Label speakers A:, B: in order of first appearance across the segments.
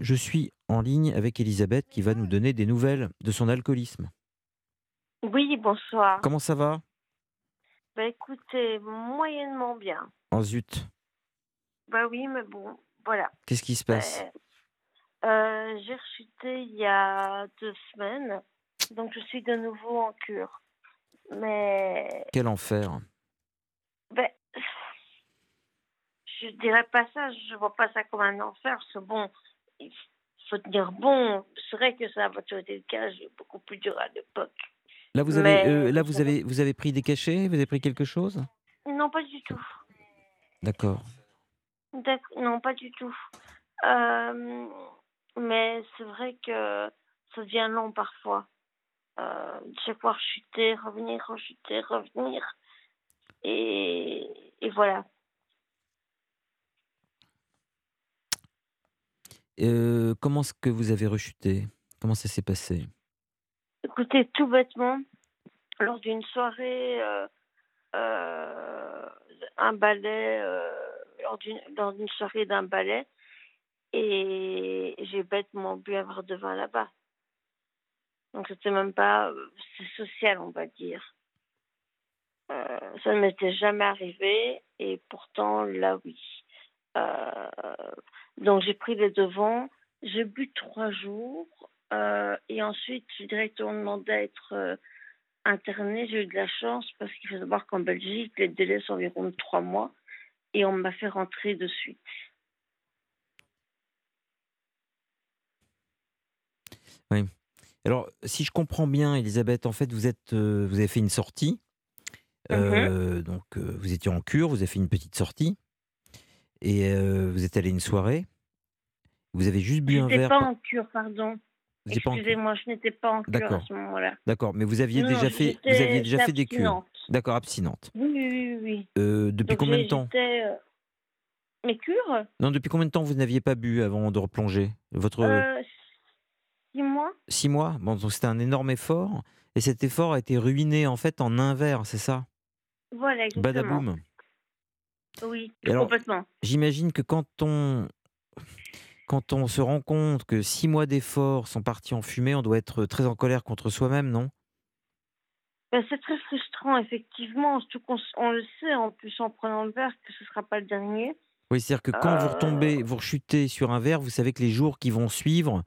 A: Je suis en ligne avec Elisabeth qui va nous donner des nouvelles de son alcoolisme.
B: Oui, bonsoir.
A: Comment ça va
B: Bah écoutez, moyennement bien.
A: Oh zut,
B: Bah oui, mais bon, voilà.
A: qu'est-ce qui se passe
B: Euh, euh, j'ai rechuté il y a deux semaines, donc je suis de nouveau en cure. Mais
A: Quel enfer
B: ben, je dirais pas ça, je vois pas ça comme un enfer, parce que bon, il faut tenir bon. C'est vrai que ça a toujours été le cas, j'ai eu beaucoup plus dur à l'époque.
A: Là, vous avez,
B: Mais-
A: euh, là vous, avez, vous avez pris des cachets Vous avez pris quelque chose
B: Non, pas du tout.
A: D'accord.
B: D'ac- Non, pas du tout. Euh, mais c'est vrai que ça devient long parfois. Euh, de chaque fois rechuter, revenir, rechuter, revenir. Et, et voilà.
A: Euh, comment est-ce que vous avez rechuté Comment ça s'est passé
B: Écoutez, tout bêtement, lors d'une soirée, euh, euh, un ballet, euh, lors d'une lors d'une soirée d'un ballet, et j'ai bêtement bu un verre de vin là-bas. Donc c'était même pas euh, c'est social, on va dire. Euh, ça ne m'était jamais arrivé, et pourtant là oui. Euh, donc j'ai pris les devants, j'ai bu trois jours. Euh, et ensuite, j'ai directement demandé à être euh, internée. J'ai eu de la chance parce qu'il faut savoir qu'en Belgique, les délais sont environ de trois mois et on m'a fait rentrer de suite.
A: Alors, si je comprends bien, Elisabeth, en fait, vous, êtes, euh, vous avez fait une sortie.
B: Mm-hmm.
A: Euh, donc, euh, vous étiez en cure, vous avez fait une petite sortie. Et euh, vous êtes allé à une soirée. Vous avez juste bu
B: Je
A: un
B: n'étais
A: verre.
B: pas
A: par-
B: en cure, pardon.
A: vous étiez pas en cure.
B: Excusez-moi, je n'étais pas en cure à
A: D'accord.
B: ce moment-là.
A: D'accord, mais vous aviez
B: Non,
A: déjà
B: non,
A: fait, vous
B: j'étais-
A: aviez déjà
B: j'étais
A: fait des cures.
B: abstinente.
A: D'accord, abstinente.
B: Oui, oui, oui. oui.
A: Euh, depuis
B: Donc,
A: combien de
B: j'ai-
A: temps
B: j'étais, euh, Mes cures
A: Non, depuis combien de temps vous n'aviez pas bu avant de replonger Votre
B: euh, Six mois
A: six mois Bon, donc c'était un énorme effort, et cet effort a été ruiné en fait en un verre, c'est ça
B: Voilà, exactement.
A: Badaboum.
B: Oui,
A: Et alors-
B: complètement.
A: J'imagine que quand on quand on se rend compte que six mois d'efforts sont partis en fumée, on doit être très en colère contre soi-même, non
B: Ben, c'est très frustrant, effectivement. Surtout qu'on s- on le sait, en plus, en prenant le verre, que ce sera pas le dernier.
A: Oui, c'est-à-dire que quand vous
B: Euh.
A: retombez, vous rechutez sur un verre, vous savez que les jours qui vont suivre,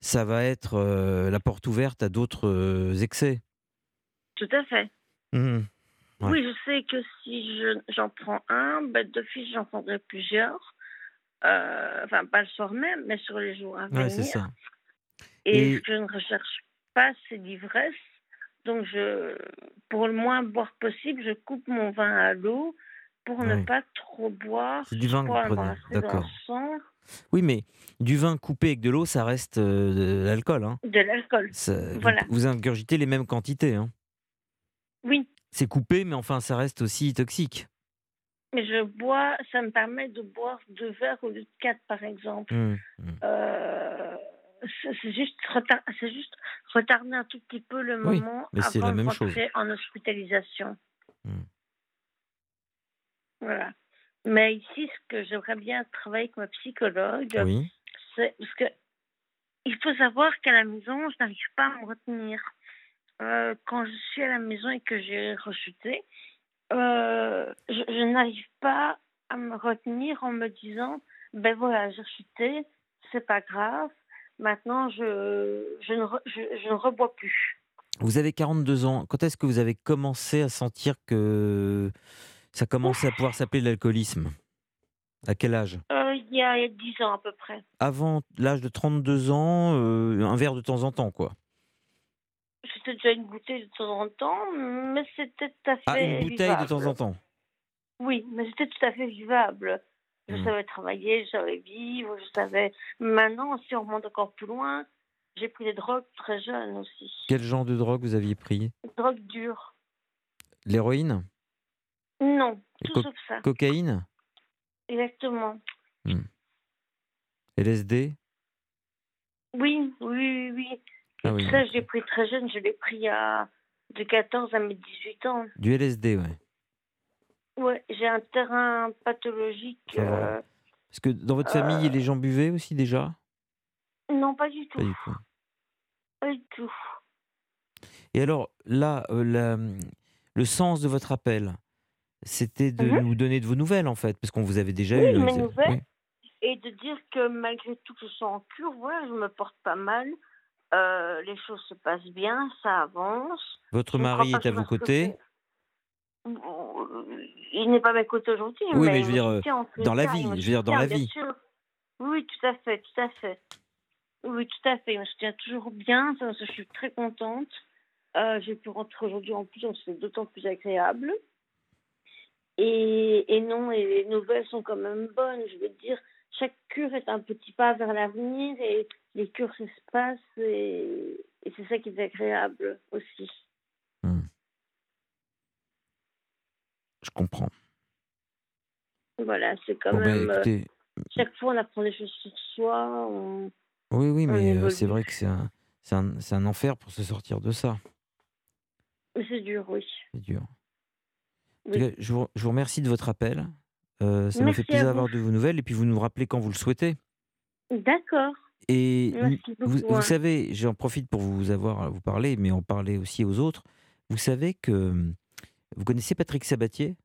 A: ça va être euh, la porte ouverte à d'autres euh, excès.
B: Tout à fait.
A: Mhm. Ouais.
B: Oui, je sais que si je- j'en prends un, ben, de fiche, j'en prendrai plusieurs. Euh, enfin, pas le soir même, mais hein. sur les jours à venir.
A: Ouais, c'est ça.
B: Et,
A: Et-
B: ce que je ne recherche pas, c'est l'ivresse. Donc, je, pour le moins boire possible, je coupe mon vin à l'eau pour ne
A: Ouais.
B: pas trop boire.
A: C'est du vin que
B: pour
A: vous
B: en
A: prenez,
B: rester dans
A: d'accord.
B: le sang
A: Oui, mais du vin coupé avec de l'eau, ça reste euh, de l'alcool. hein.
B: de l'alcool.
A: Ça- vous-
B: Voilà.
A: vous, ingurgitez les mêmes quantités. hein.
B: Oui,
A: C'est coupé, mais enfin, ça reste aussi toxique.
B: mais je bois, ça me permet de boire deux verres au lieu de quatre, par exemple.
A: Mm.
B: Euh, c'est c'est juste, retar- c'est juste retarder un tout petit peu le
A: Oui,
B: moment
A: mais c'est la
B: avant de
A: même chose.
B: rentrer en hospitalisation.
A: Hmm.
B: Voilà. Mais ici, ce que j'aimerais bien travailler avec ma psychologue,
A: Ah Oui.
B: c'est parce que il faut savoir qu'à la maison, je n'arrive pas à me retenir. Euh, quand je suis à la maison et que j'ai rechuté, euh, je, je n'arrive pas à me retenir en me disant ben voilà, j'ai rechuté, c'est pas grave, maintenant je, je, ne, re- je, je ne rebois plus.
A: Vous avez 42 ans. Quand est-ce que vous avez commencé à sentir que ça commençait à pouvoir s'appeler de l'alcoolisme À quel âge
B: Euh, il, y a, il y a 10 ans à peu près.
A: Avant l'âge de 32 ans, euh, un verre de temps en temps, quoi.
B: C'était déjà une bouteille de temps en temps, mais c'était tout à fait.
A: Ah, une bouteille de
B: vivable.
A: temps en temps.
B: Oui, mais c'était tout à fait vivable. Je
A: Mm.
B: savais travailler, je savais vivre, je savais. Maintenant, si on remonte encore plus loin, j'ai pris des drogues très jeune aussi.
A: Quel genre de drogue vous aviez pris
B: Des drogues dures.
A: L'héroïne
B: Non,
A: Et
B: tout
A: co-
B: sauf ça.
A: Cocaïne
B: Exactement.
A: LSD
B: Oui, oui, oui, oui.
A: Ah oui,
B: Ça, je l'ai pris très jeune, je l'ai pris à de 14 à mes 18 ans.
A: Du LSD, ouais.
B: Ouais, j'ai un terrain pathologique.
A: Ça va.
B: euh,
A: Parce que dans votre famille, les gens buvaient aussi déjà
B: euh, Non, pas du tout.
A: Pas du tout.
B: Pas du tout.
A: Et alors, là, euh, la- le sens de votre appel, c'était de
B: Mhm.
A: nous donner de vos nouvelles, en fait, parce qu'on vous avait déjà
B: Oui,
A: eu.
B: mes
A: Isabelle.
B: nouvelles.
A: Oui.
B: Et de dire que malgré tout que je suis en cure, voilà, je me porte pas mal. Euh, les choses se passent bien, ça avance.
A: Votre
B: Je ne
A: mari
B: crois
A: est
B: pas
A: à
B: que
A: vos
B: parce que
A: côtés.
B: c'est- Il n'est pas à mes côtés aujourd'hui.
A: Oui, mais je veux
B: il me
A: dire,
B: tient en tout
A: dans la
B: cas,
A: vie,
B: il me
A: je veux dire, dans
B: tient,
A: la
B: bien
A: vie.
B: sûr. Oui, tout à fait, tout à fait. Oui, tout à fait. Il me soutient toujours bien. Ça, ça, je suis très contente. Euh, J'ai pu rentrer aujourd'hui en plus, donc c'est d'autant plus agréable. Et, et non, et les nouvelles sont quand même bonnes. Je veux dire, chaque cure est un petit pas vers l'avenir et les cures s'espacent et, et c'est ça qui est agréable aussi.
A: Je comprends.
B: Voilà, c'est quand
A: Bon, ben,
B: même. euh,
A: écoutez,
B: chaque fois, on apprend des choses sur soi. On...
A: oui, oui,
B: on
A: mais euh,
B: évolue.
A: c'est vrai que c'est un, c'est un- c'est un enfer pour se sortir de ça.
B: C'est dur, oui.
A: C'est dur. En
B: Oui.
A: tout cas, je, vous, je vous remercie de votre appel. Euh, ça nous fait
B: Merci à
A: plaisir
B: vous.
A: d'avoir de vos nouvelles. Et puis, vous nous rappelez quand vous le souhaitez.
B: D'accord.
A: Et
B: Merci beaucoup.
A: Vous, vous
B: hein.
A: savez, j'en profite pour vous avoir vous parler, mais en parler aussi aux autres. Vous savez que hmm, vous connaissez Patrick Sabatier.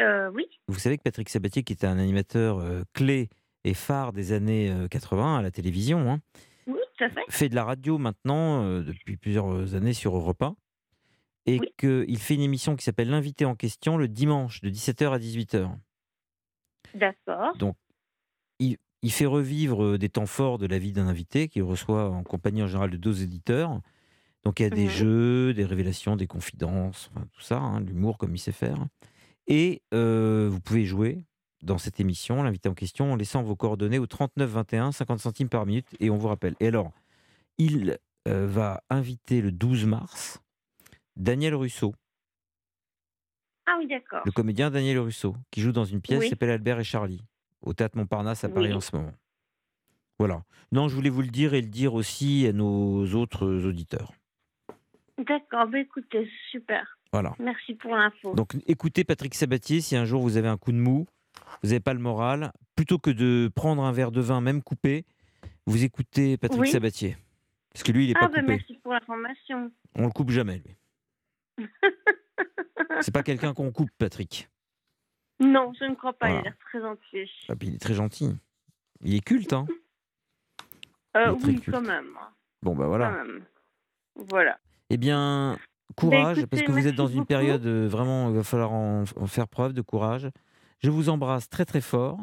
B: Euh, oui.
A: Vous savez que Patrick Sabatier, qui était un animateur euh, clé et phare des années euh, 80 à la télévision, hein,
B: Oui, tout à fait.
A: fait de la radio maintenant euh, depuis plusieurs années sur Europe 1, et
B: Oui.
A: qu'il fait une émission qui s'appelle L'invité en question le dimanche de 17h à 18h.
B: D'accord.
A: il, il fait revivre euh, des temps forts de la vie d'un invité qu'il reçoit en compagnie en général de deux éditeurs. Donc il y a des
B: Mhm.
A: jeux, des révélations, des confidences, enfin, tout ça, hein, l'humour comme il sait faire. Et euh, vous pouvez jouer dans cette émission, l'invité en question, en laissant vos coordonnées au 39 21 50 centimes par minute et on vous rappelle. Et alors, il euh, va inviter le 12 mars Daniel Russo,
B: Ah oui, d'accord.
A: le comédien Daniel Russo, qui joue dans une pièce
B: Oui.
A: qui s'appelle Albert et Charlie, au Théâtre Montparnasse à
B: Oui.
A: Paris en ce moment. Voilà. Non, je voulais vous le dire et le dire aussi à nos autres auditeurs.
B: D'accord, bah écoutez, super.
A: Voilà.
B: Merci pour l'info.
A: Donc écoutez Patrick Sabatier, si un jour vous avez un coup de mou, vous n'avez pas le moral, plutôt que de prendre un verre de vin, même coupé, vous écoutez Patrick
B: Oui.
A: Sabatier. Parce que lui, il n'est
B: Ah
A: pas
B: ben
A: coupé.
B: merci pour l'information.
A: On le coupe jamais, lui. C'est pas quelqu'un qu'on coupe, Patrick.
B: Non, je ne crois pas, il a
A: Voilà.
B: l'air très entier.
A: Ah, puis il est très gentil. Il est culte, hein
B: Euh,
A: il est très
B: oui,
A: culte.
B: quand même. hein,
A: Bon, bah
B: Quand
A: voilà.
B: même. Voilà.
A: Eh bien, courage,
B: Bah, écoutez,
A: parce que vous êtes
B: merci
A: dans une
B: beaucoup.
A: période euh, vraiment, il va falloir en, en faire preuve de courage. Je vous embrasse très très fort